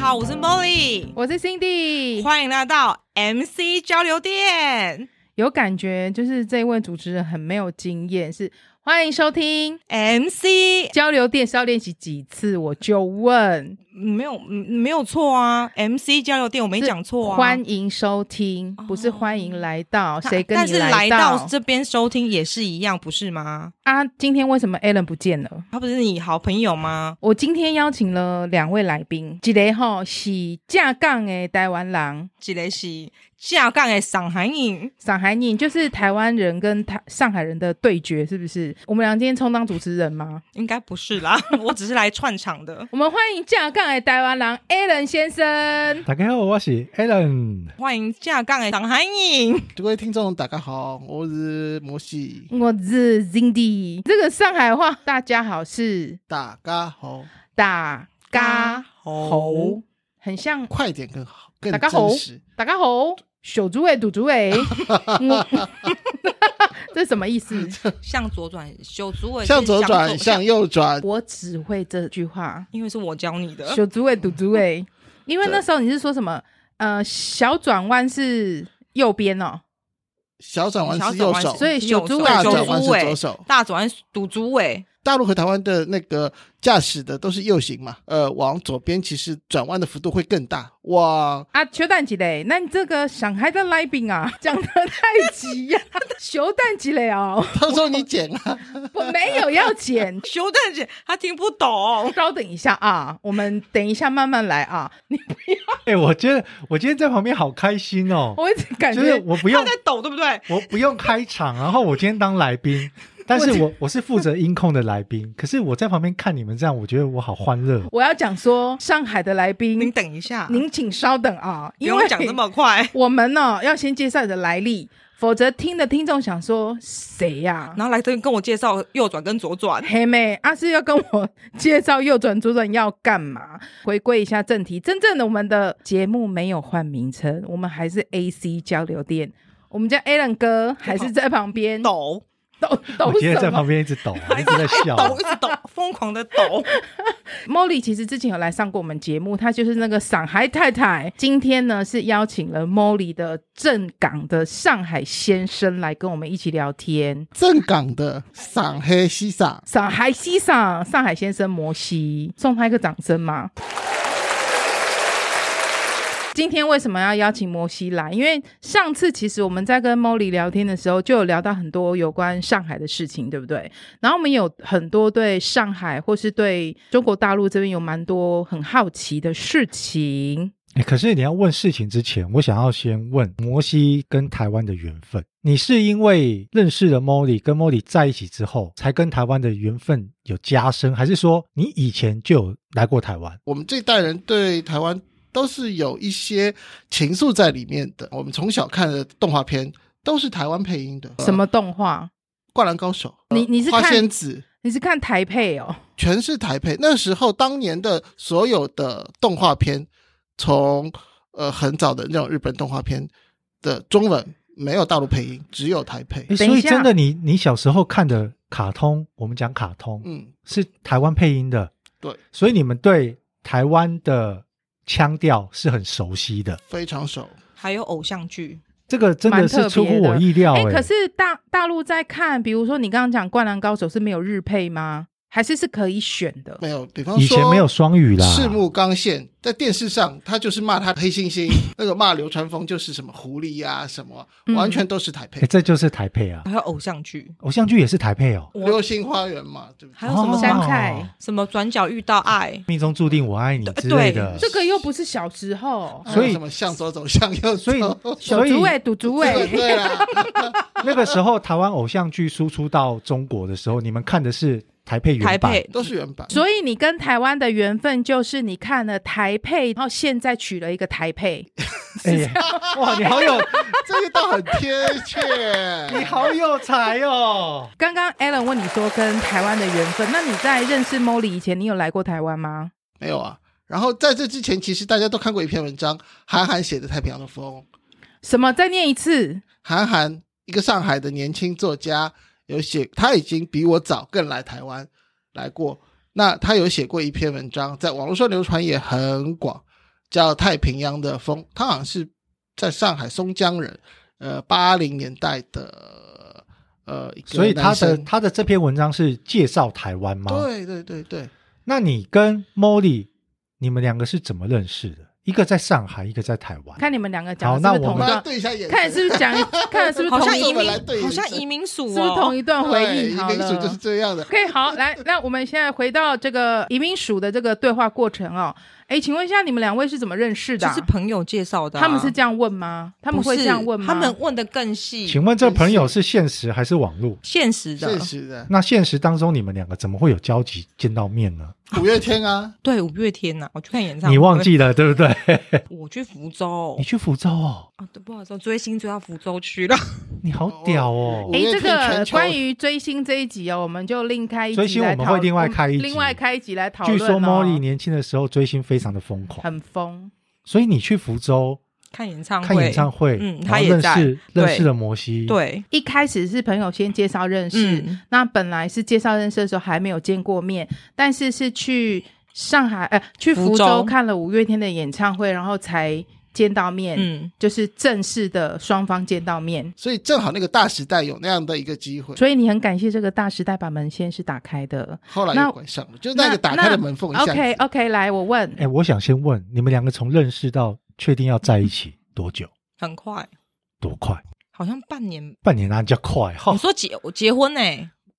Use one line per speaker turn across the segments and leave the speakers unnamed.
好，我是 Molly，
我是 Cindy，
欢迎来到 MC 交流店
有感觉就是这位主持人很没有经验，是欢迎收听
，MC
交流电是要练习几次我就问，
没有嗯没有错啊，MC 交流店我没讲错啊，
欢迎收听，不是欢迎来到，谁跟
哦但
你
是来
到
到这边收听也是一样，不是吗？
啊？今天为什么 Alan 不见了？
他不是你好朋友吗？
我今天邀请了两位来宾，一个吼是架杠的台湾人，
一个是架杠的上海人，
上海人就是台湾人跟台上海人的对决，是不是？我们俩今天充当主持人吗？
应该不是啦， 我只是来串场的。
我们欢迎架杠的台湾人 Alan 先生。
大家好，我是 Alan。
欢迎架杠的上海人，
各位听众，大家好，我是摩西，
我是 Cindy，这个上海话，大家好是
大家好，
大家
猴
猴，很像
快点更好，更
大家好
真实。，
大家好，小猪尾赌猪尾，我这什么意思？
向左转，小猪尾是
向左转，向右转，
我只会这句话，
因为是我教你的，
小猪尾赌猪尾，因为那时候你是说什么？呃，小转弯是右边哦，
小转弯
小
是
转
右
弯
手，
是
所以小猪尾
大
右
转
手
弯是左手。
大转弯堵猪尾，
大陆和台湾的那个驾驶的都是右行嘛，呃，往左边其实转弯的幅度会更大。哇，
啊，小蛋鸡嘞，那你这个上海的来宾啊，讲的太急呀、小蛋鸡嘞哦，
到时候你剪啊，
我没有要剪，
修蛋姐她听不懂，
稍等一下啊，我们等一下慢慢来啊。你
哎、我觉得我今天在旁边好开心哦，
我一直感
就是
觉
我不
她
用
在抖，对不对？
我不用开场，然后我今天当 来宾，但是我我是负责音控的来宾，可是我在旁边看你们这样，我觉得我好欢乐哦。
我要讲说上海的来
您
宾，
等一下，
您请稍等啊，
不
因
用
为
讲这么快，
我们呢、要先介绍你的来历，否则听的听众想说谁呀、
然后来这边跟我介绍右转跟左转。
黑妹，阿、是要跟我介绍右转左转要干嘛？回归一下正题，真正的我们的节目没有换名称，我们还是 AC 交流店。我们家 Alan 哥还是在旁边抖
抖，
抖抖
哦我今
什
天
么？
在旁边一直 抖，一直在笑。
抖，一直抖，疯狂的抖。
Molly 其实之前有来上过我们节目，她就是那个上海太太。今天呢是邀请了 Molly 的正港的上海先生来跟我们一起聊天。
正港的赏黑西赏，
上海西上，上海先生摩西，送他一个掌声嘛。今天为什么要邀请摩西来？因为上次其实我们在跟 Molly 聊天的时候，就有聊到很多有关上海的事情，对不对？然后我们有很多对上海或是对中国大陆这边有蛮多很好奇的事情。
哎可是你要问事情之前，我想要先问摩西跟台湾的缘分。你是因为认识了 Molly，跟 Molly 在一起之后，才跟台湾的缘分有加深，还是说你以前就有来过台湾？
我们这一代人对台湾都是有一些情愫在里面的。我们从小看的动画片都是台湾配音的，
什么动画？
《灌篮高手》呃
你你是
花
看
仙子，
你是看台配哦？
全是台配。那时候当年的所有的动画片，从呃很早的那种日本动画片的中文没有大陆配音，只有台配
诶。
等
所
一
以
下
真的你，你小时候看的卡通，我们讲卡通、
嗯，
是台湾配音的，
对，
所以你们对台湾的腔调是很熟悉的。
非常熟。
还有偶像剧，
这个真的是出乎我意料、
哎、
诶
可是大大陆在看，比如说你刚刚讲《灌篮高手》是没有日配吗？还是是可以选的？
没有，比方说
以前没有双语啦。
赤木刚宪在电视上，他就是骂他黑猩猩，那个骂流川枫就是什么狐狸呀、什么，
嗯
完全都是台配
诶。这就是台配啊，
还有偶像剧，
偶像剧也是台配哦。
流星花园嘛，对不对？
还有什么
哦
山菜
什么转角遇到爱，
命中注定我爱你之类的
对。
这个又不是小时候，
所以
还有什么向左走，向右走，
所以，
小
所以
竹尾、赌竹
对
尾，
对啊啦，
那个时候台湾偶像剧输出到中国的时候，你们看的是台配
台
原版。
配
都是原版。
所以你跟台湾的缘分就是你看了台配，然后现在娶了一个台配，
哎呀，哇，你好有，。
这个倒很贴切
你好有才哦！
刚刚 Alan 问你说跟台湾的缘分，那你在认识 Molly 以前，你有来过台湾吗？
没有啊。然后在这之前，其实大家都看过一篇文章，韩寒写的《太平洋的风》。
什么？再念一次？
韩寒，一个上海的年轻作家，有写他已经比我早更来台湾来过。那他有写过一篇文章，在网络上流传也很广，叫《太平洋的风》，他好像是在上海松江人，呃，八零年代的呃一个
所以他
男
的
生
他的这篇文章是介绍台湾吗？。
对对对对，
那你跟 Molly，你们两个是怎么认识的？一个在上海，一个在台湾。
看你们两个讲
好
的是不
那
是
我
同一
我
们
们来
段，
对一下眼神，
看是不是 讲，看是不是
好
同
像
一
我
移
们
民
来对，
好像移民署
是
哦，
不是同一段回
对
忆？好
移民署
了，
就是这样的。
可以，好，来，那我们现在回到这个移民署的这个对话过程哦。哎，请问一下，你们两位是怎么认识的
就
啊、
是朋友介绍的啊、
他们是这样问吗？他
他
们会这样问吗？
他们问的更细，
请问这朋友是现实还是网络？
现实的
现实的
那现实当中你们两个怎么会有交集见到面呢？
五月天啊，
对五月天呐、我去看演唱会，
你忘记了对不对？
我去福州
你去福州哦，
啊？对，不好意思，我追星追到福州去了。
你好屌哦
我！
哎，
五月
这
天
个
全球
关于追星这一集哦，我们就另开一集
追星
来
我们
讨
会另外开一集
另外开一集来讨
据
论、哦。
说 Molly 年轻的时候追星非常的疯狂，
很疯，
所以你去福州
看演唱会，
看演唱会，
嗯
然
他
后
也
认
在
识
对
认识了摩西，，
对，
一开始是朋友先介绍认识，
嗯，
那本来是介绍认识的时候还没有见过面，但是是去上海，呃，去
福
福州
州
看了五月天的演唱会，然后才见到面，
嗯，
就是正式的双方见到面。
所以正好那个大时代有那样的一个机会，
所以你很感谢这个大时代把门先是打开的。
后来
那
又关上了，就是那个打开了门缝一下子。
OK 哦 OK，来我问，
哎，我想先问你们两个从认识到确定要在一起多久？
很快，
多快？
好像半年。
半年啊，叫快哈
你！说结我结婚呢、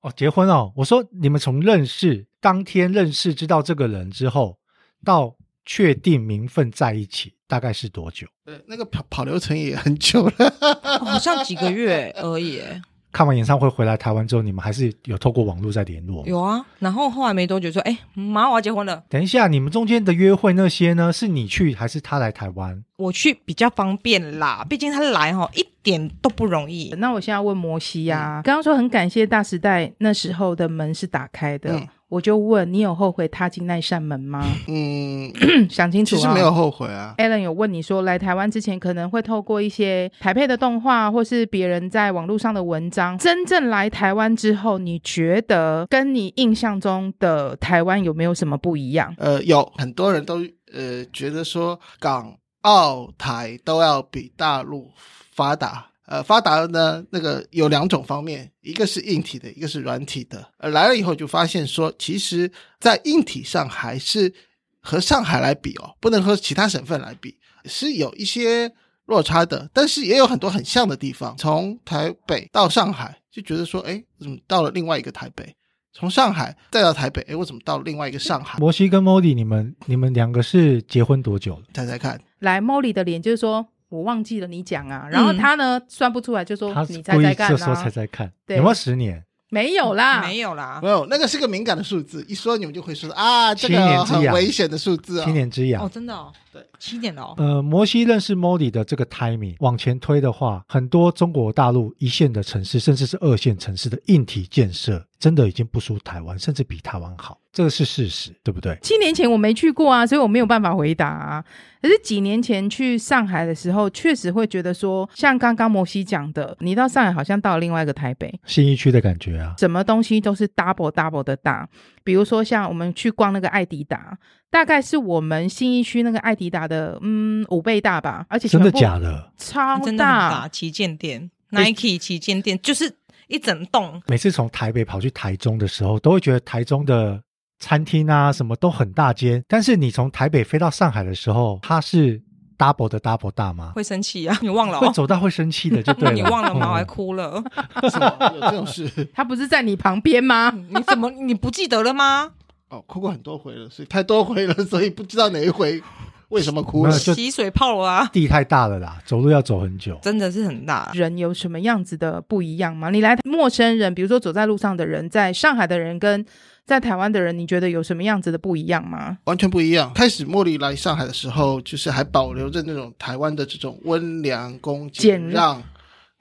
哦，结婚哦，我说你们从认识当天认识知道这个人之后，到确定名分在一起，大概是多久？
对，那个跑跑流程也很久了，
哦好像几个月而已欸、
看完演唱会回来台湾之后，你们还是有透过网络在联络吗？
有啊。然后后来没多久说，哎、妈，我要结婚了，
等一下，你们中间的约会那些呢？是你去还是他来台湾？
我去比较方便啦，毕竟他来哈一点都不容易。
那我现在问摩西呀、刚刚说很感谢大时代那时候的门是打开的，
嗯
我就问你有后悔踏进那扇门吗？
嗯，
想清楚、
其
啊，
实没有后悔啊。
Alan 有问你说，来台湾之前可能会透过一些台配的动画，或是别人在网络上的文章。真正来台湾之后，你觉得跟你印象中的台湾有没有什么不一样？
呃，有很多人都呃觉得说港澳台都要比大陆发达。呃，发达呢，那个有两种方面，一个是硬体的，一个是软体的。呃，来了以后就发现说，其实，在硬体上还是和上海来比哦，不能和其他省份来比，是有一些落差的，但是也有很多很像的地方。从台北到上海，就觉得说，哎，我怎么到了另外一个台北？从上海再到台北，哎，我怎么到了另外一个上海？
摩西跟 Modi，你们你们两个是结婚多久了？
猜猜看，
来，Molly 的脸就是说。我忘记了你讲啊，然后他呢、算不出来，就说
他
你猜
故
猜
意
看
这时候猜
啊，
猜看，
对
有没有十年？
没有啦，
没有啦
没，有，那个是个敏感的数字，一说你们就会说啊，这
七
个
年之
很
痒
危险的数字啊、
七年之痒。
哦，真的哦，
对，
七点了哦，
呃，摩西认识 Modi 的这个 timing 往前推的话，很多中国大陆一线的城市，甚至是二线城市的硬体建设，真的已经不输台湾，甚至比台湾好，这个是事实，对不对？
七年前我没去过啊，所以我没有办法回答、啊。可是几年前去上海的时候，确实会觉得说，像刚刚摩西讲的，你到上海好像到了另外一个台北，
新一区的感觉啊，
什么东西都是 double double 的大。比如说像我们去逛那个艾迪达，大概是我们新一区那个艾迪达的嗯五倍大吧，而且
真的
全部
假的？
超
真的很大，旗舰店，Nike 旗舰店就是一整栋，
每次从台北跑去台中的时候，都会觉得台中的餐厅啊什么都很大间，但是你从台北飞到上海的时候，它是 double 的 double 大吗？
会生气啊， 你忘了
会
哦。
走到会生气的，就对了。
你忘了吗？
嗯
我还哭了。
是吗有这种事
他不是在你旁边吗？
你怎么你不记得了 吗？
哦，哭过很多回了，所以太多回了，所以不知道哪一回为什么哭了
呃
没。有就
洗水泡了 啊，
地太大了啦，走路要走很久。
真的是很大。
人有什么样子的不一样吗？你来陌生人，比如说走在路上的人，在上海的人跟在台湾的人，你觉得有什么样子的不一样吗？
完全不一样。开始茉莉来上海的时候，就是还保留着那种台湾的这种温良恭俭让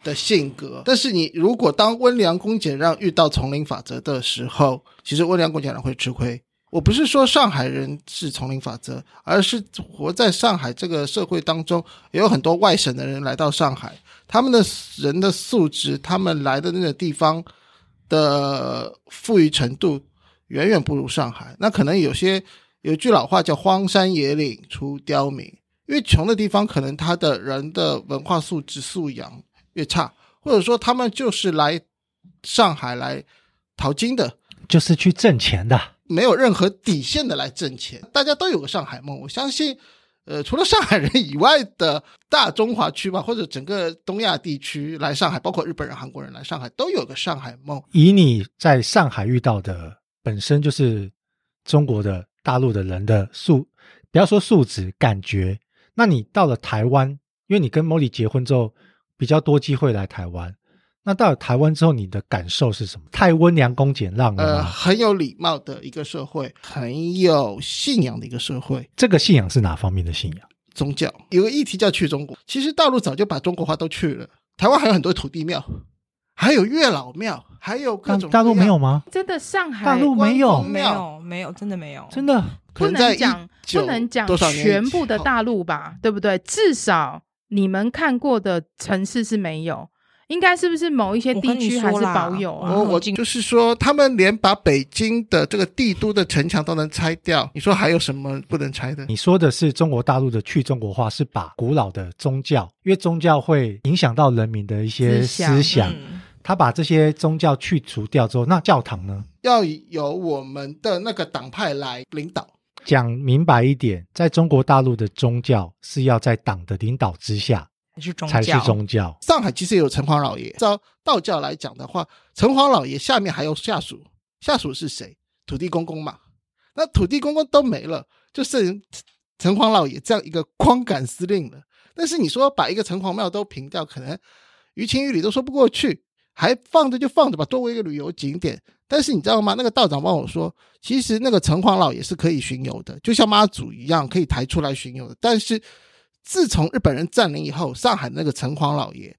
的性格。但是你如果当温良恭俭让遇到丛林法则的时候，其实温良恭俭让会吃亏。我不是说上海人是丛林法则，而是活在上海这个社会当中，也有很多外省的人来到上海，他们的人的素质，他们来的那个地方的富裕程度，远远不如上海。那可能有些有一句老话叫“荒山野岭出刁民”，因为穷的地方可能他的人的文化素质素养越差，或者说他们就是来上海来淘金的，
就是去挣钱的。
没有任何底线的来挣钱，大家都有个上海梦。我相信，呃，除了上海人以外的大中华区吧，或者整个东亚地区来上海，包括日本人、韩国人来上海，都有个上海梦。
以你在上海遇到的，本身就是中国的大陆的人的素，不要说素质，感觉。那你到了台湾，因为你跟 Molly 结婚之后，比较多机会来台湾。那到了台湾之后，你的感受是什么？太温良恭俭让了
呃，
吗？
很有礼貌的一个社会，很有信仰的一个社会，
这个信仰是哪方面的信仰？
宗教有个议题叫去中国。其实大陆早就把中国化都去了，台湾还有很多土地庙，还有月老庙，还有各
大
种
大陆
各样
没有，吗？
真的上海
大陆没
关
有
公，
没
庙
有没有，真的没有，
真的
不
可能在
能讲
19
不能讲
多少年以
全部的
后
大陆吧，对不对？至少你们看过的城市是没有，应该是不是某一些
我
地
跟你
区
说
还是
啦
保有啊？
我哦我
进
就是说，他们连把北京的这个帝都的城墙都能拆掉，你说还有什么不能拆的？
你说的是中国大陆的去中国化，是把古老的宗教，因为宗教会影响到人民的一些
思想
思想，
嗯
他把这些宗教去除掉之后，那教堂呢？
要由我们的那个党派来领导。
讲明白一点，在中国大陆的宗教是要在党的领导之下
还是宗
才是
教，
宗教。
上海其实也有城隍老爷，照道教来讲的话，城隍老爷下面还有下属，下属是谁？土地公公嘛。那土地公公都没了，就剩城隍老爷这样一个匡杆司令了。但是你说把一个城隍庙都平掉，可能于情于理都说不过去，还放着就放着吧，作为一个旅游景点。但是你知道吗？那个道长帮我说，其实那个城隍老爷是可以巡游的，就像妈祖一样可以抬出来巡游的。但是自从日本人占领以后，上海那个城隍老爷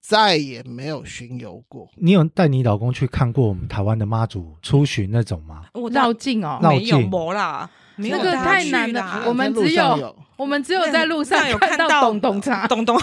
再也没有巡游过。
你有带你老公去看过我们台湾的妈祖出巡那种吗？
我到
绕境哦
绕，
没有
境
没啦，没有
那个
带他
太
去
难
啦
了我们只有
在路上有
我们只有在路上
有
看
看
到董董 茶，
董董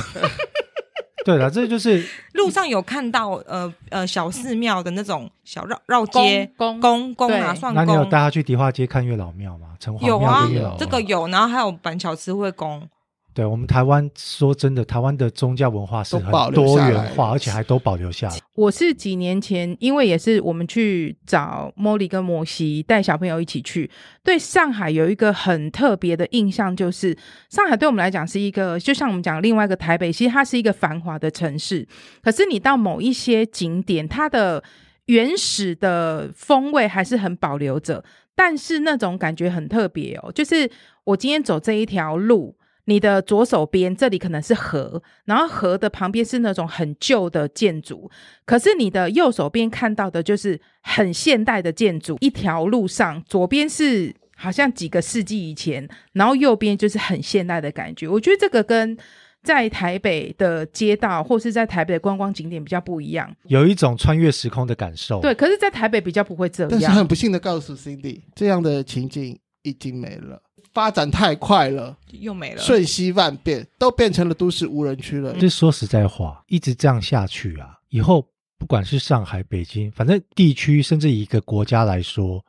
对了，这就是
路上有看到呃呃小寺庙的那种小绕绕街
公
公公啊，
对
算
那你有带
公。
他去迪化街看月老庙吗？城隍
有
庙
啊
跟月老庙，
这个有，然后还有板桥慈惠宫，
对我们台湾说真的，台湾的宗教文化是
都保
很
留
多
下来
元化，
了
而且还都保留下来。
我是几年前，因为也是我们去找莫莉跟摩西带小朋友一起去，对上海有一个很特别的印象，就是上海对我们来讲是一个，就像我们讲另外一个台北，其实它是一个繁华的城市，可是你到某一些景点，它的原始的风味还是很保留着，但是那种感觉很特别哦，就是我今天走这一条路。你的左手边这里可能是河，然后河的旁边是那种很旧的建筑，可是你的右手边看到的就是很现代的建筑，一条路上左边是好像几个世纪以前，然后右边就是很现代的感觉。我觉得这个跟在台北的街道或是在台北的观光景点比较不一样，
有一种穿越时空的感
哦
受。
对。可是，在台北比较不会这
但是
样
很。不幸的告诉 Cindy，这样的情境已经没了，发展太快了，
又没了。
瞬息万变，都变成了都市无人区了。
就说实在话，一直这样下去啊，以后不管是上海、北京，反正地区甚至一个国家来说，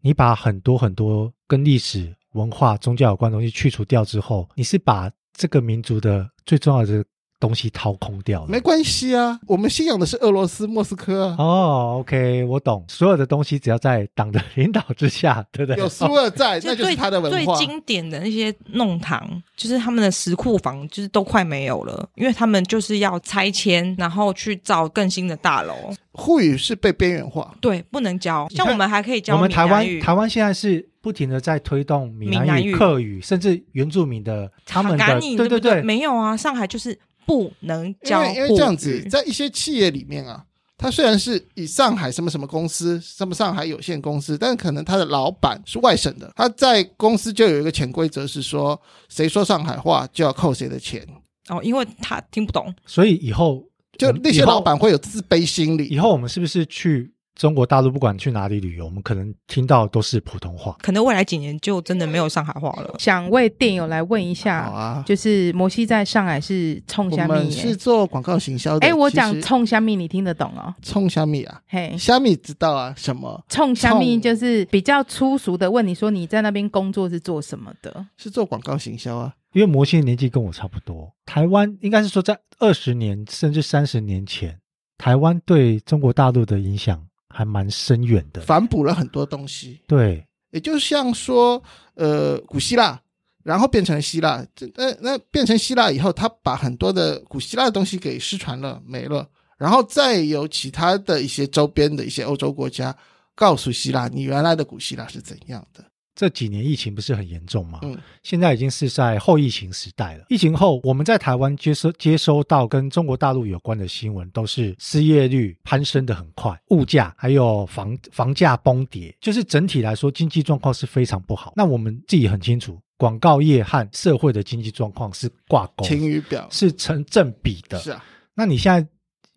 你把很多很多跟历史文化、宗教有关的东西去除掉之后，你是把这个民族的最重要的东西掏空掉了。
没关系啊，我们信仰的是俄罗斯莫斯科啊，
哦，OK，我懂，所有的东西只要在党的 领导之下，对不对？
有苏俄在，那
就
就是
最
他的文
最
化。
经典的那些弄堂，就是他们的石库房，就是都快没有了，因为他们就是要拆迁，然后去造更新的大楼。
沪语是被边缘化，
对，不能教，
看
像我们还可以教
我们
闽
台
南
湾
语
台湾现在是不停的在推动闽
闽
南
南
语、
语
客语，甚至原住民的他们
塔嘎
的，
尼
对
对不
对，
没有啊，上海就是不能
因
教
为因为这样子
沪，
嗯
语
在一些企业里面啊，它虽然是以上海什么什么公司、什么上海有限公司，但可能他的老板是外省的，他在公司就有一个潜规则是说，谁说上海话就要扣谁的钱，
哦，因为他听不懂，
所以以后
就那些
以后
老板会有自卑心理。
以后我们是不是去中国大陆不管去哪里旅游，我们可能听到都是普通话。
可能未来几年就真的没有上海话了。
想为电友来问一下，
好啊
就是摩西在上海是冲
我
虾米
们是
耶？
做广告行销的。
哎，我讲哎
其实
冲虾米，你听得懂哦？
冲虾米啊，
嘿，
虾米知道啊？什么
冲虾米
冲
就是比较粗俗的问你说你在那边工作是做什么的？
是做广告行销啊？
因为摩西的年纪跟我差不多，台湾应该是说在二十年甚至三十年前，台湾对中国大陆的影响还蛮深远的。
反哺了很多东西，
对，
也就像说，呃，古希腊，然后变成希腊，这那那变成希腊以后，他把很多的古希腊的东西给失传了，没了，然后再由其他的一些周边的一些欧洲国家告诉希腊，你原来的古希腊是怎样的？
这几年疫情不是很严重吗？
嗯，
现在已经是在后疫情时代了。疫情后，我们在台湾接收接收到跟中国大陆有关的新闻，都是失业率攀升的很快，物价还有房房价崩跌，就是整体来说经济状况是非常不好。那我们自己很清楚，广告业和社会的经济状况是挂钩，
晴雨表
是成正比的。
是啊，
那你现在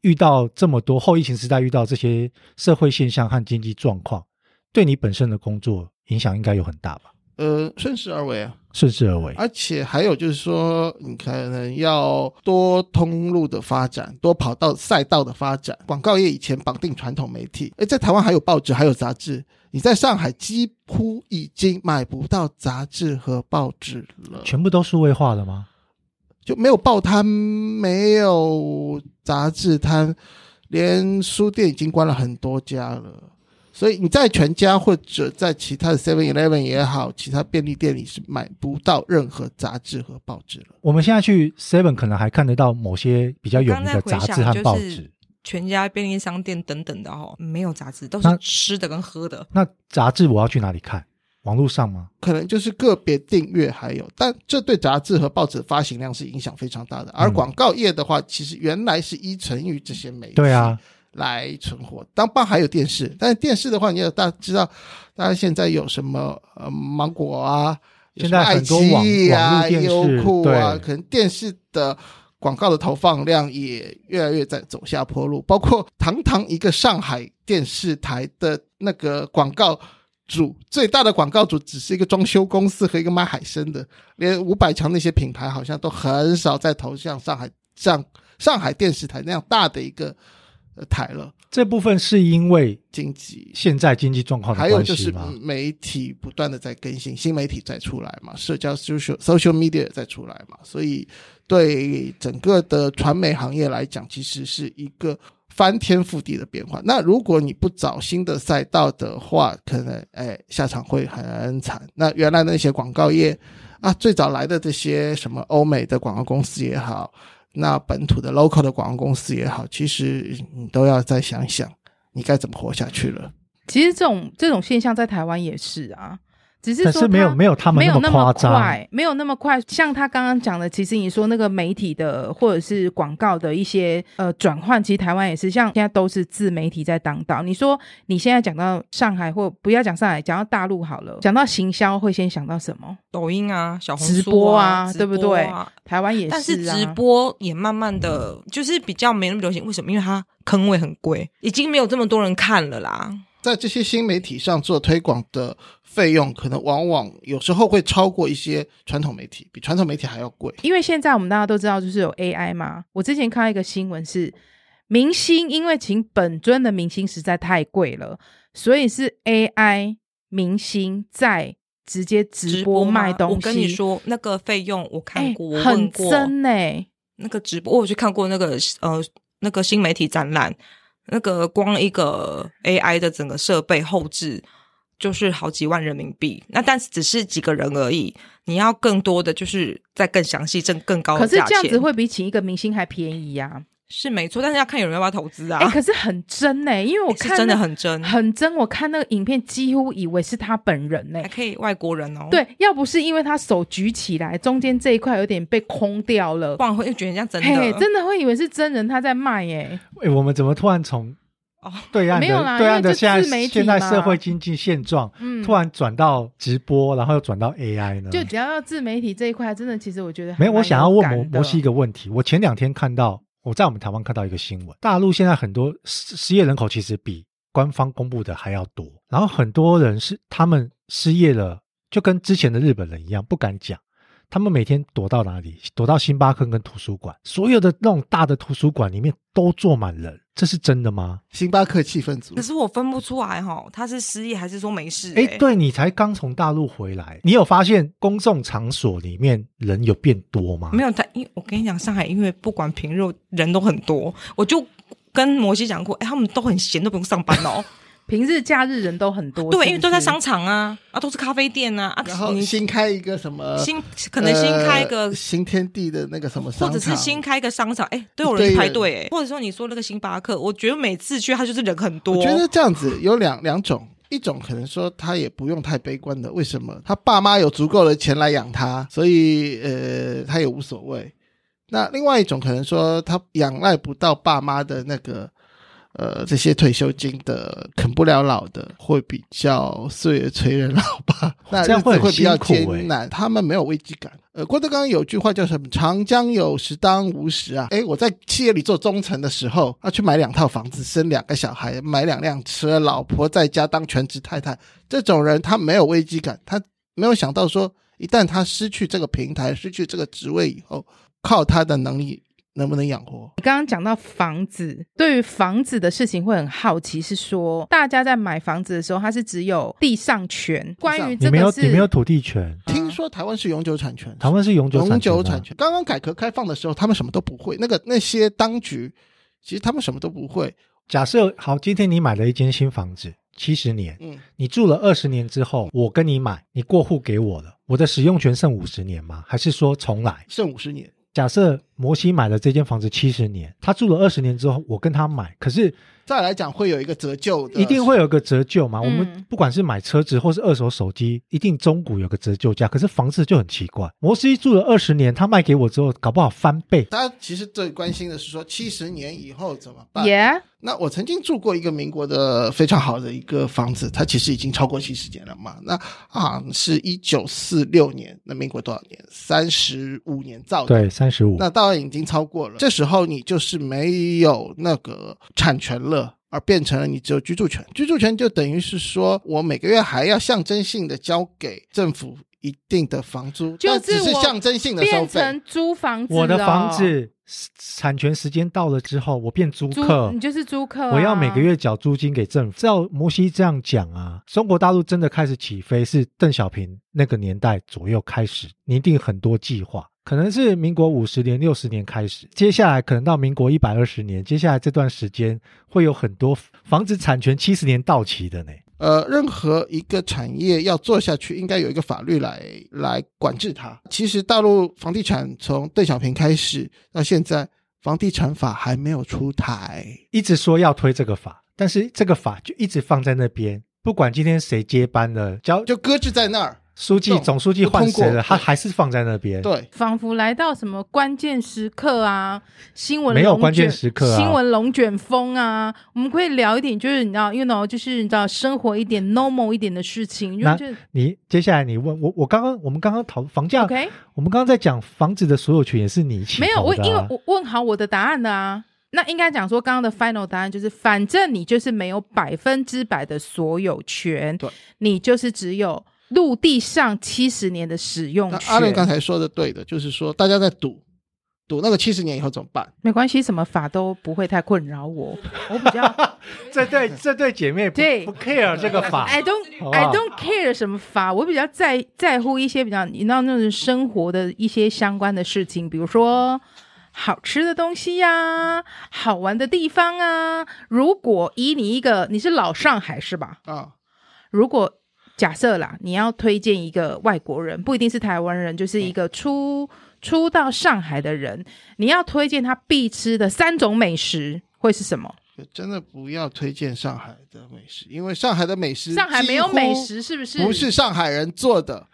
遇到这么多后疫情时代遇到这些社会现象和经济状况，对你本身的工作影响应该有很大吧？
呃，顺势而为啊。
顺势而为，
而且还有就是说，你可能要多通路的发展，多跑道赛道的发展。广告业以前绑定传统媒体，诶，在台湾还有报纸，还有杂志。你在上海几乎已经买不到杂志和报纸了，
全部都数位化了吗？
就没有报摊，没有杂志摊，连书店已经关了很多家了。所以你在全家或者在其他的 Seven Eleven 也好，其他便利店里是买不到任何杂志和报纸了。
我们现在去 Seven 可能还看得到某些比较有名
刚
的
才
杂
回
志
想
和报
就
纸。
是全家便利商店等等的哦，没有杂志，都
那
是吃的跟喝的。
那杂志我要去哪里看？网络上吗？
可能就是个别订阅还有，但这对杂志和报纸的发行量是影响非常大的。
嗯
而广告业的话，其实原来是依存于这些媒体
对啊，
来存活，当然还有电视，但是电视的话，你也大家知道，大家现在有什么呃芒果啊，有
现
什么
在
爱
很多
奇
网
艺
网
啊、
络电视
优酷啊，
对
可能电视的。广告的投放量也越来越在走下坡路，包括堂堂一个上海电视台的那个广告主，最大的广告主只是一个装修公司和一个卖海参的，连五百强那些品牌好像都很少在投向上海像上海电视台那样大的一个呃台了。
这部分是因为
经济，
现在经济状况的
还有
关
就
系
是
吗？
媒体不断的在更新，新媒体在出来嘛，社交 social social media 在出来嘛，所以对整个的传媒行业来讲，其实是一个翻天覆地的变化。那如果你不找新的赛道的话，可能哎下场会很惨。那原来那些广告业啊，最早来的这些什么欧美的广告公司也好。那本土的 local 的广告公司也好，其实你都要再想一想，你该怎么活下去了。
其实这种这种现象在台湾也是啊，只是
但
说
是没有
它
没有他们
没有
么
那
夸
么
张，
快，没有那么快。像他刚刚讲的，其实你说那个媒体的或者是广告的一些呃转换，其实台湾也是，像现在都是自媒体在当道。你说你现在讲到上海，或不要讲上海，讲到大陆好了，讲到行销会先想到什么？
抖音啊，小红书、
直播啊
啊，
对不对
直播啊
台湾也
但
是
是
啊嗯
直播也慢慢的，就是比较没那么流行。为什么？因为它坑位很贵，已经没有这么多人看了啦。
在这些新媒体上做推广的费用，可能往往有时候会超过一些传统媒体，比传统媒体还要贵。
因为现在我们大家都知道，就是有 AI 嘛。我之前看到一个新闻是，明星因为请本尊的明星实在太贵了，所以是 AI 明星在直接直播
吗
卖东西。
我跟你说，那个费用我看
哎，
过，我问
很
过，
真呢、
那个直播，我有去看过那个呃那个新媒体展览，那个光一个 AI 的整个设备后置就是好几万人民币，那但是只是几个人而已，你要更多的就是再更详细、更更高
可
的
是
价
这样
钱，
子会比请一个明星还便宜呀、
是没错，但是要看有人要不要投资啊。
哎、可是很真呢、因为我
是
看
真的
那
很真，
很真，我看那个影片几乎以为是他本人呢、
还可以外国人哦，，
对，要不是因为他手举起来，中间这一块有点被空掉了
不，然会觉得像真
嘿，
的。
真的会以为是真人他在卖耶、
哎，我们怎么突然从
哦
对岸
没有
的
啦
对岸
因为
的
就
现在
自媒体
现在
嘛
社会经济现状，
嗯，
突然转到直播，然后又转到 AI 呢？
就只要到自媒体这一块，真的其实我觉得还
嗯 没有，我
蛮
想要问
感
摩
的
摩西一个问题。我前两天看到，我在我们台湾看到一个新闻，大陆现在很多失失业人口其实比官方公布的还要多。然后很多人是他们失业了，就跟之前的日本人一样，不敢讲。他们每天躲到哪里？躲到星巴克跟图书馆，所有的那种大的图书馆里面都坐满人，这是真的吗？
星巴克气氛组
可，是我分不出来哈，他是失忆还是说没事、欸
哎，，对你才刚从大陆回来，你有发现公众场所里面人有变多吗？
没有他，因为我跟你讲，上海因为不管平日人都很多，我就跟摩西讲过，哎，他们都很闲，都不用上班 哦。
平日假日人都很多，
对，因为
是不
都
是
在商场啊，啊，都是咖啡店啊，啊，
然后
你
新开一个什么，
新可能新开一个
呃新天地的那个什么商
或
场，
者是新开一个商场，哎，都
一
有人
堆
排
人
队、哎，或者说你说那个星巴克，我觉得每次去他就是人很多，
我觉得这样子有两两种，一种可能说他也不用太悲观的，为什么？他爸妈有足够的钱来养他，所以呃他也无所谓。那另外一种可能说他仰赖不到爸妈的那个呃这些退休金的，啃不了老的，会比较岁月催人老 吧，那
这样
日
会
子
很
会比较
辛苦欸
艰难，他们没有危机感。呃，郭德纲有句话叫什么“长江有时当无时”啊。诶，我在企业里做中层的时候，要、去买两套房子，生两个小孩，买两辆车，老婆在家当全职太太，这种人他没有危机感，他没有想到说，一旦他失去这个平台，失去这个职位以后，靠他的能力能不能养活？
你刚刚讲到房子，对于房子的事情会很好奇，是说大家在买房子的时候，它是只有地上权，关于
你
这
没有
个
你
是
没有土地权，
听说台湾是永久产权，
台湾是永久
永久
产
产
权
权。刚刚改革开放的时候，他们什么都不会，那个那些当局其实他们什么都不会。
啊。假设好，今天你买了一间新房子，七十年，
嗯，
你住了二十年之后，我跟你买，你过户给我了，我的使用权剩五十年吗？还是说重来？
剩五十年。
假设摩西买了这间房子七十年，他住了二十年之后，我跟他买，可是
再来讲会有一个折旧的，
一定会有个折旧嘛？
嗯
我们不管是买车子或是二手手机，一定中古有个折旧价。可是房子就很奇怪，摩西住了二十年，他卖给我之后，搞不好翻倍。
大家其实最关心的是说七十年以后怎么办？
耶
那我曾经住过一个民国的非常好的一个房子，它其实已经超过七十年了嘛。那啊，是一九四六年，那民国多少年？三十五年造的。
对，三十五。
那当然已经超过了。这时候你就是没有那个产权了，而变成了你只有居住权。居住权就等于是说我每个月还要象征性的交给政府一定的房租，
就
但只
是
是
我
象征性的收
变
费。
成租房子了，
我的房子产权时间到了之后，我变租
租
客
你。就是租客啊、
我要每个月缴租金给政府。照摩西这样讲啊，中国大陆真的开始起飞，是邓小平那个年代左右开始拟定很多计划，可能是民国五十年、六十年开始，接下来可能到民国一百二十年，接下来这段时间会有很多房子产权七十年到期的呢。
呃，任何一个产业要做下去，应该有一个法律来来管制它。其实大陆房地产从邓小平开始到现在，房地产法还没有出台。
一直说要推这个法，但是这个法就一直放在那边，不管今天谁接班了，交
就搁置在那儿，
书记、
动
总书记
不
换
通过
谁了，他
对
还是放在那边。
对，
仿佛来到什么关键时刻啊，新闻
没有
龙
关键
卷
时刻啊
新闻龙卷风啊，我们可以聊一点，就是你知道，you know，就是你知道生活一点 normal 一点的事情，因
那
为就
你接下来你问我，我刚刚我们刚刚讨房价
OK，
我们刚刚在讲房子的所有权也是你起、
没
头
有我，
的
因为
啊
我问好我的答案的啊。那应该讲说，刚刚的 final 答案就是，反正你就是没有百分之百的所有权
对，
你就是只有陆地上七十年的使用
那
权。
阿伦刚才说的对的，就是说大家在赌，赌那个七十年以后怎么办？
没关系，什么法都不会太困扰我，我比较
这 对这对姐妹不
对哎
不 care 这个法，
I don't
好不好
I don't care 什么法，我比较在在乎一些比较你知道那种生活的一些相关的事情，比如说好吃的东西呀、好玩的地方啊。如果以你一个你是老上海是吧？
啊，
如果假设啦，你要推荐一个外国人，不一定是台湾人，就是一个初初到上海的人，你要推荐他必吃的三种美食会是什么？
真的不要推荐上海的美食，因为上海的美食
上海没有
几乎
美，食是不是？
不是上海人做的，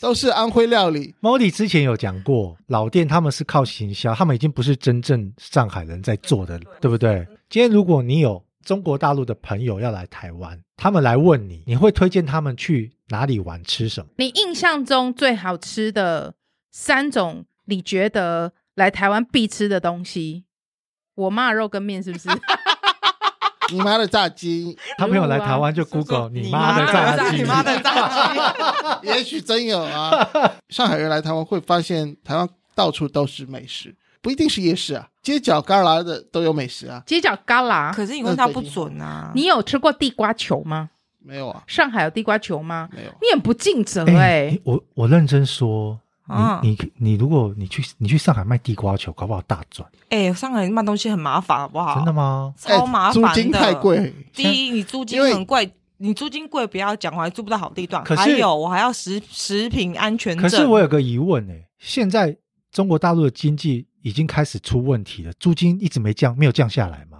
都是安徽料理。
Molly 之前有讲过，老店他们是靠行销，他们已经不是真正上海人在做的，对不对？今天如果你有中国大陆的朋友要来台湾，他们来问你，你会推荐他们去哪里玩、吃什么？
你印象中最好吃的三种，你觉得来台湾必吃的东西？我妈的肉跟面是不是？
你妈的炸鸡，
他朋友来台湾就
如果啊
Google
你
你
妈
妈的
的炸
炸
鸡
鸡，
你妈的炸鸡，
也许真有啊。上海人来台湾会发现，台湾到处都是美食，不一定是夜市啊，街角旮旯的都有美食啊。
街角旮旯，
可是你问他
呃
不准啊。
你有吃过地瓜球吗？
没有啊，
上海有地瓜球吗？
没有。啊
你很不尽责
哎、
哎、
你我我认真说，你、
嗯
你你，如果你去你去上海卖地瓜球，搞不好大赚，
哎，上海卖东西很麻烦，好不好？
真的吗？
超麻烦的，
哎租金太。贵。
第一，你租金
因为
很贵，你租金贵，不要讲，我还租不到好地段。
可是
还有，我还要食食品安全证。
可是我有个疑问哎、现在中国大陆的经济已经开始出问题了，租金一直没降，没有降下来吗？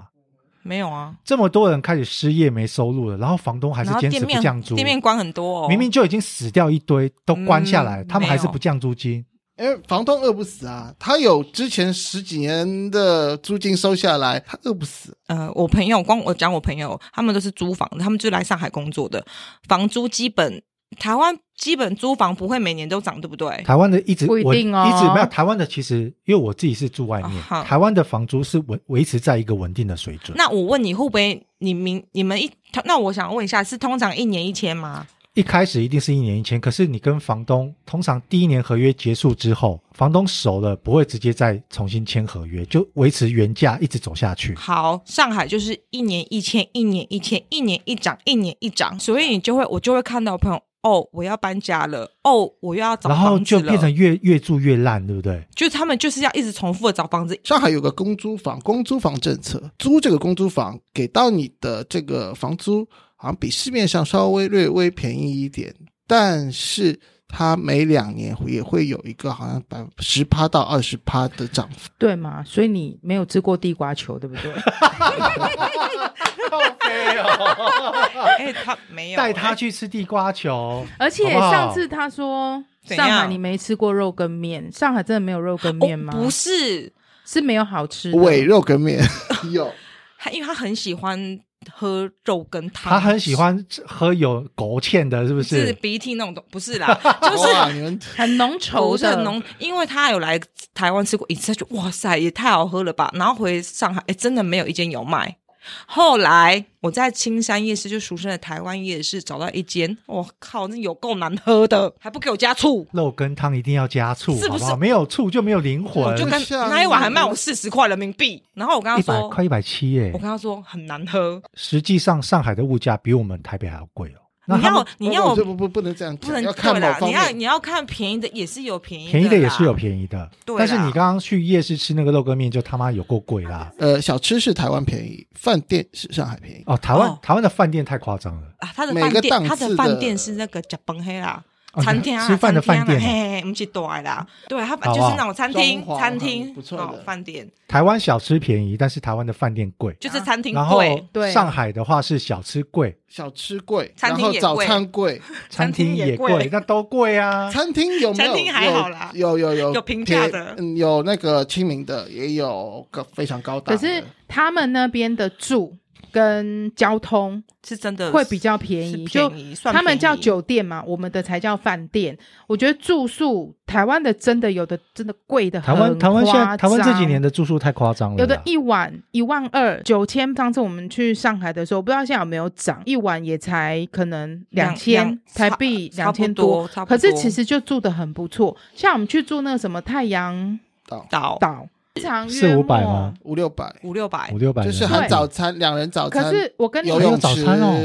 没有啊，
这么多人开始失业没收入了，然后房东还是
然后
坚
店
持不
面
降租，
店面关很多哦，
明明就已经死掉一堆，都关下来了，
嗯
他们还
没
是
有
不降租金。
因为哎房东饿不死啊，他有之前十几年的租金收下来，他饿不死。
呃，我朋友光我讲我朋友，他们都是租房的，他们就是来上海工作的，房租基本台湾基本租房不会每年都涨，哎对不对？
台湾的一直
不一
我
定哦
一直没有台湾的，其实因为我自己是住外面，
啊好
台湾的房租是维维持在一个稳定的水准。
那我问你，会不会你明你们一那我想问一下，是通常一年一千吗？
一开始一定是一年一千，可是你跟房东通常第一年合约结束之后，房东熟了不会直接再重新签合约，就维持原价一直走下去。
好，上海就是一年一千，一年一千，一年一涨，一年一涨，所以你就会我就会看到朋友哦，我要搬家了，哦，我又要找
然后
房子
就
了，
变成越越住越烂，对不对？
就他们就是要一直重复的找房子，
上海有个公租房，公租房政策，租这个公租房给到你的这个房租，好像比市面上稍微略微便宜一点，但是它每两年也会有一个好像百十趴到二十趴的涨 幅。
对嘛？所以你没有吃过地瓜球，对不 对？
哎、他没有
带他去吃地瓜球，
而且
好不好
上次他说
怎
上海
样
你没吃过肉羹面，上海真的没有肉羹面吗？
哦、不是，
是没有好吃的。
尾肉跟面有，
他因为他很喜欢喝肉跟汤，
他很喜欢喝有勾芡的，是不
是
是？
鼻涕那种东，不是 啦，就是
哇，你们
很浓稠
不是
的
很浓，因为他有来台湾吃过一次，他就哇塞，也太好喝了吧！然后回上海，哎，真的没有一间有卖。后来我在青山夜市，就俗称的台湾夜市，找到一间，我靠，那有够难喝的，还不给我加醋，
肉羹汤一定要加醋，
是不
好
是
不好？没有醋就没有灵魂
我就。跟
是啊
那一碗还卖我四十块人民币。然后我跟他
一百
说，
快一百七耶
我！跟他说很难喝，
实际上，上海的物价比我们台北还要贵哦。那
你
他们
要你要
不不不不能这样讲，
哦不能
要看
对
某
啦，
方
你要
面。
你要看便宜的也是有便宜
便宜的也
啦
是有便宜的，
对啦
但是你刚刚去夜市吃那个肉羹面就他妈有够贵啦！
呃，小吃是台湾便宜，饭店是上海便宜。
哦，台湾、
哦
台湾的饭店太夸张了，
啊，他的
每
饭
个档
店，他
次
的饭
的
店是那个甲崩黑啦，
哦
餐厅啊，
吃饭的
餐厅啊
饭店
嘿
啊
嘿嘿，不是大的啦，对，他
好
就
不好
是那种餐厅
装潢，
餐厅
很不错的
哦饭店
台湾小吃便宜，但是台湾的饭店贵。
就是餐厅
然后
贵，
对
上海的话是小吃贵，
小吃贵，
餐
然
厅
后
也
早
贵
餐贵，
餐厅也
餐厅也贵
那都贵啊。
餐厅有没有？
餐厅还好啦
有有有
有平价的
铁嗯，有那个亲民的，也有个非常高档
可
的。
是他们那边的住跟交通
是真的
会比较便
嗯是
宜，就
便宜，算
他们
便
叫
宜，
酒店嘛，我们的才叫饭店。我觉得住宿，台湾的真的有的真的贵的
台湾台湾现在台湾这几年
的
的住宿太夸张了啦，
有的一晚一万二九千，上次我们去上海的时候，我不知道现在有没有涨，一晚也才可能两
两
千
两
台币，
差
两
差
千
不多差不
可是
多
其实就住的很不错，像我们去住那个什么太阳
到
岛，非常
四
约
五百
莫
吗？
五六百，
五六百
五，六百
就
人民币，
是含早餐，两人早餐，
可是我跟你
游
还有
泳
早
池
餐哦，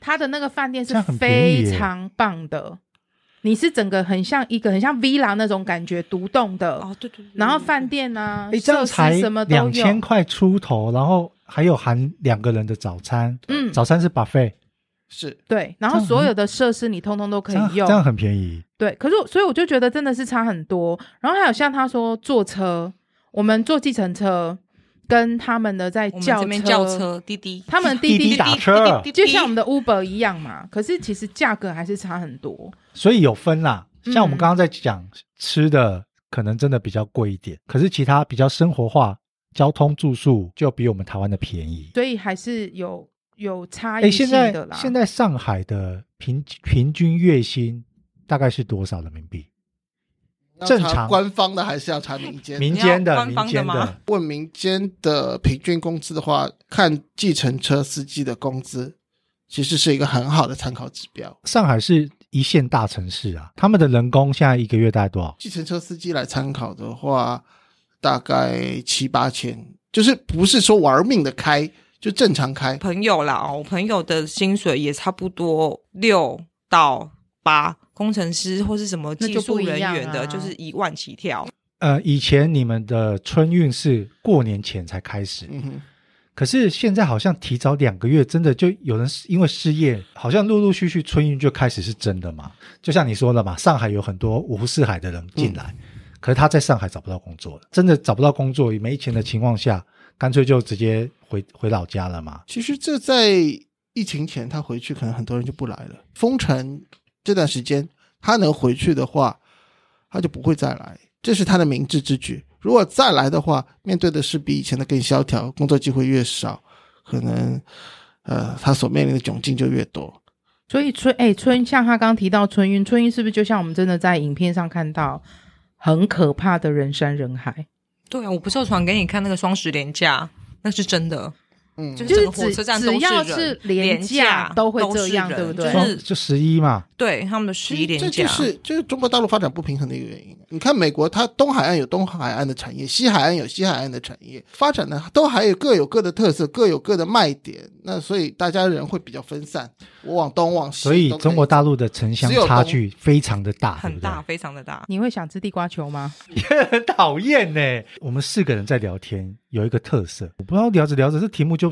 他的那个饭店是
这样很便宜
非
耶
常棒的，你是整个很像一个很像 villa 那种感觉，独栋的，
哦对对，对
然后
对
饭店啊，
哎，这
设
样才
施什么都
两千
有。
块出头，然后还有含两个人的早餐，
嗯
早餐是 buffet，
是
对，然后
这样
所
很
有的设施你通通都可
这
以
样
用
这，样很便宜。
对，可是我所以我就觉得真的是差很多。然后还有像他说坐车，我们坐计程车，跟他们的在
我们这边叫
车，
车滴滴，
他们滴
滴
滴
滴打
滴
车
滴滴滴滴
就像我们的 Uber 一样嘛。可是其实价格还是差很多。
所以有分啦。
嗯
像我们刚刚在讲吃的，可能真的比较贵一点，可是其他比较生活化，交通住宿就比我们台湾的便宜。
所以还是有有差
哎，
异性
现在
的啦。
现在上海的平平均月薪大概是多少人民币？
要
正
查
常
官方的还是要查民间的？
民间
你
的
要
民
官方的
间
吗
的，
问民间的平均工资的话，看计程车司机的工资，其实是一个很好的参考指标。
上海是一线大城市啊，他们的人工现在一个月大概多少？
计程车司机来参考的话，大概七八千，就是不是说玩命的开，就正常开。
朋友啦，哦，我朋友的薪水也差不多六到八，工程师或是什么技术人员
那
的，
就
就
不一样啊
是一万起跳。
呃，以前你们的春运是过年前才开始，
嗯哼，
可是现在好像提早两个月，真的就有人是因为失业，好像陆陆续续春运就开始是真的嘛？就像你说的嘛，上海有很多五湖四海的人进来，
嗯
可是他在上海找不到工作了，真的找不到工作，也没钱的情况下，干脆就直接回回老家了嘛？
其实这在疫情前他回去，可能很多人就不来了。封城这段时间，他能回去的话，他就不会再来，这是他的明智之举。如果再来的话，面对的是比以前的更萧条，工作机会越少，可能呃他所面临的窘境就越多。
所以春哎、春像他刚提到春运，春运是不是就像我们真的在影片上看到很可怕的人山人海？
对啊，我不是有传给你看那个双十连假，那是真的，
嗯，
就是
就是
整个火车站
只
都
只要
人
是廉
廉
价都会这
是
样
人
对不对
就
双
是
就十一嘛，
对他们的十一连
这
假，
就是就是中国大陆发展不平衡的一个原因。啊你看美国，它东海岸有东海岸的产业，西海岸有西海岸的产业，发展呢都还有各有各的特色，各有各的卖点。那所以大家人会比较分散，我往东往西都
所
可以。
以中国大陆的城乡
只有
差
东
距非常的大，对
很
不对
大，非常的大。
你会想吃地瓜球吗？
很讨厌呢。我们四个人在聊天，有一个特色，我不知道聊着聊着这题目就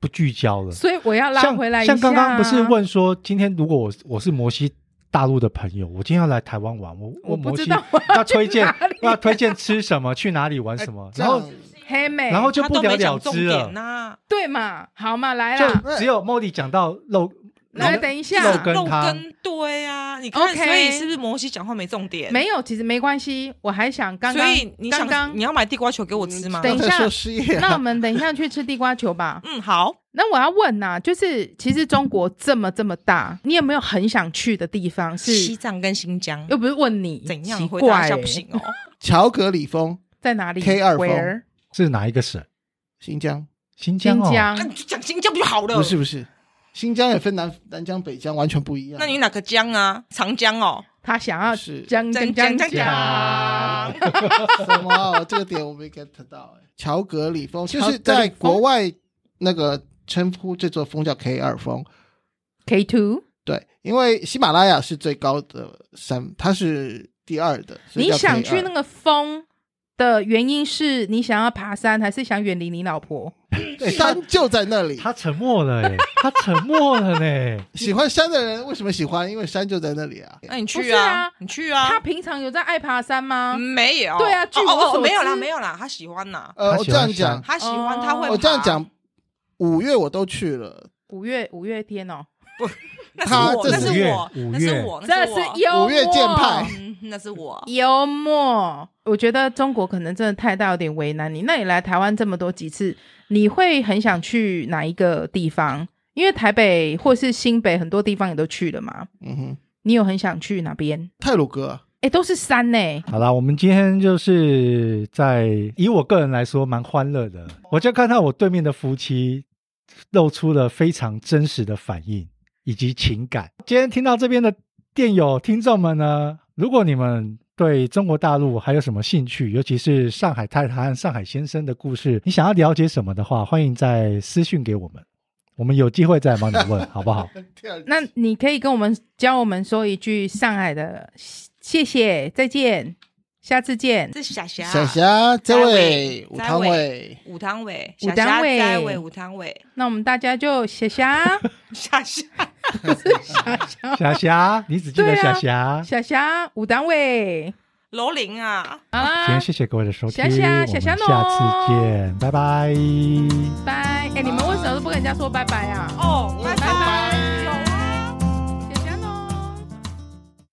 不聚焦了。
所以我要拉
像
回来一下。啊
像刚刚不是，问说，今天如果我我是摩西大陆的朋友，我今天要来台湾玩，我
我不
摩
知
西
道我要
要推荐
去哪里
要推荐吃什么，去哪里玩什么，
哎这
然
样
后
黑妹，
然后就
他
不
都
了
没
了
讲重
之了
点。啊呐、
对嘛？好嘛，来啦，
就只有莫莉讲到漏
哎来
漏
等一
漏
下。
跟
肉
他
根对啊，你看
OK
所以是不是摩西讲话没重点？，
没有，其实没关系，我还想刚刚，
所以你
刚
想
刚
你，要买地瓜球给我吃吗？
等一下
刚才说失业、
那我
啊，
们等一下去吃地瓜 球吧。
嗯，好，
那我要问呐、就是其实中国这么这么大，你有没有很想去的地方
西
是？
藏跟新疆
又不是问你，
怎
奇
样回答
怪、
一下
欸，
不行哦。
乔格里峰，
在哪里
K2 风
Where？
是哪一个省？
新疆
新疆
新
哦，
那啊你
疆。
就讲新疆不就好了？
不是不是，新疆也分南南疆北疆，完全不一样。
那你哪个江啊？长江哦，
他想要
是
讲讲
讲
讲讲
讲
讲
讲，
什么啊？我这个点我没 get 到、欸。乔格里峰就
乔格
是
里
在
峰
国外那个称呼这座峰叫 K 二峰。
K two。
对，因为喜马拉雅是最高的山，它是第二的。所以
你
叫
想
K2
去那个峰的原因是你想要爬山，还是想远离你老婆？
对山就在那里。
他沉默了哎，他沉默了嘞。
喜欢山的人为什么喜欢？因为山就在那里啊。
那你
不
去
是啊
你去啊。
他平常有在爱爬山吗
嗯？没有，
对啊据
哦
我
哦
所
哦，没有
知哦
啦，没有啦，他喜欢呐，
呃，
他
我
喜
这
欢
样讲
山，
他喜欢，他会。
我哦这样，讲，五月我都去了，
五月五月天哦，
那是
他
我，
这
那
五
是
月
我，
五
那是
月
我，
这
那
是
我，啊
幽默
五月剑派
嗯，那是我。
幽默。我觉得中国可能真的太大，有点为难你。那你来台湾这么多几次，你会很想去哪一个地方？因为台北或是新北很多地方也都去了嘛，
嗯哼，
你有很想去哪边？
泰鲁哥
哎，都是山呢、
好啦，我们今天就是在以我个人来说蛮欢乐的，我就看到我对面的夫妻露出了非常真实的反应以及情感。今天听到这边的电友听众们呢，如果你们对中国大陆还有什么兴趣，尤其是上海太太和上海先生的故事，你想要了解什么的话，欢迎在私讯给我们，我们有机会再帮你问，好 不好？
第二集
那你可以跟我们教我们说一句上海的谢谢，再见，下次见。
这是小霞，
小霞、这位
栽伟
武汤伟，
武汤伟，
武
小
汤
霞
伟
在伟，武汤伟，
那我们大家就谢谢 啊
小霞，
小霞，你只记得
对
小
啊
霞。
小霞啊武单位，
楼玲啊，
好
今
啦
天，谢谢各位的收听，
谢谢啊
我
谢谢
们下
哦
次见，拜拜。
拜。哎、你们为什么都不跟人家说拜拜啊？
哦，拜
拜拜
拜。
啊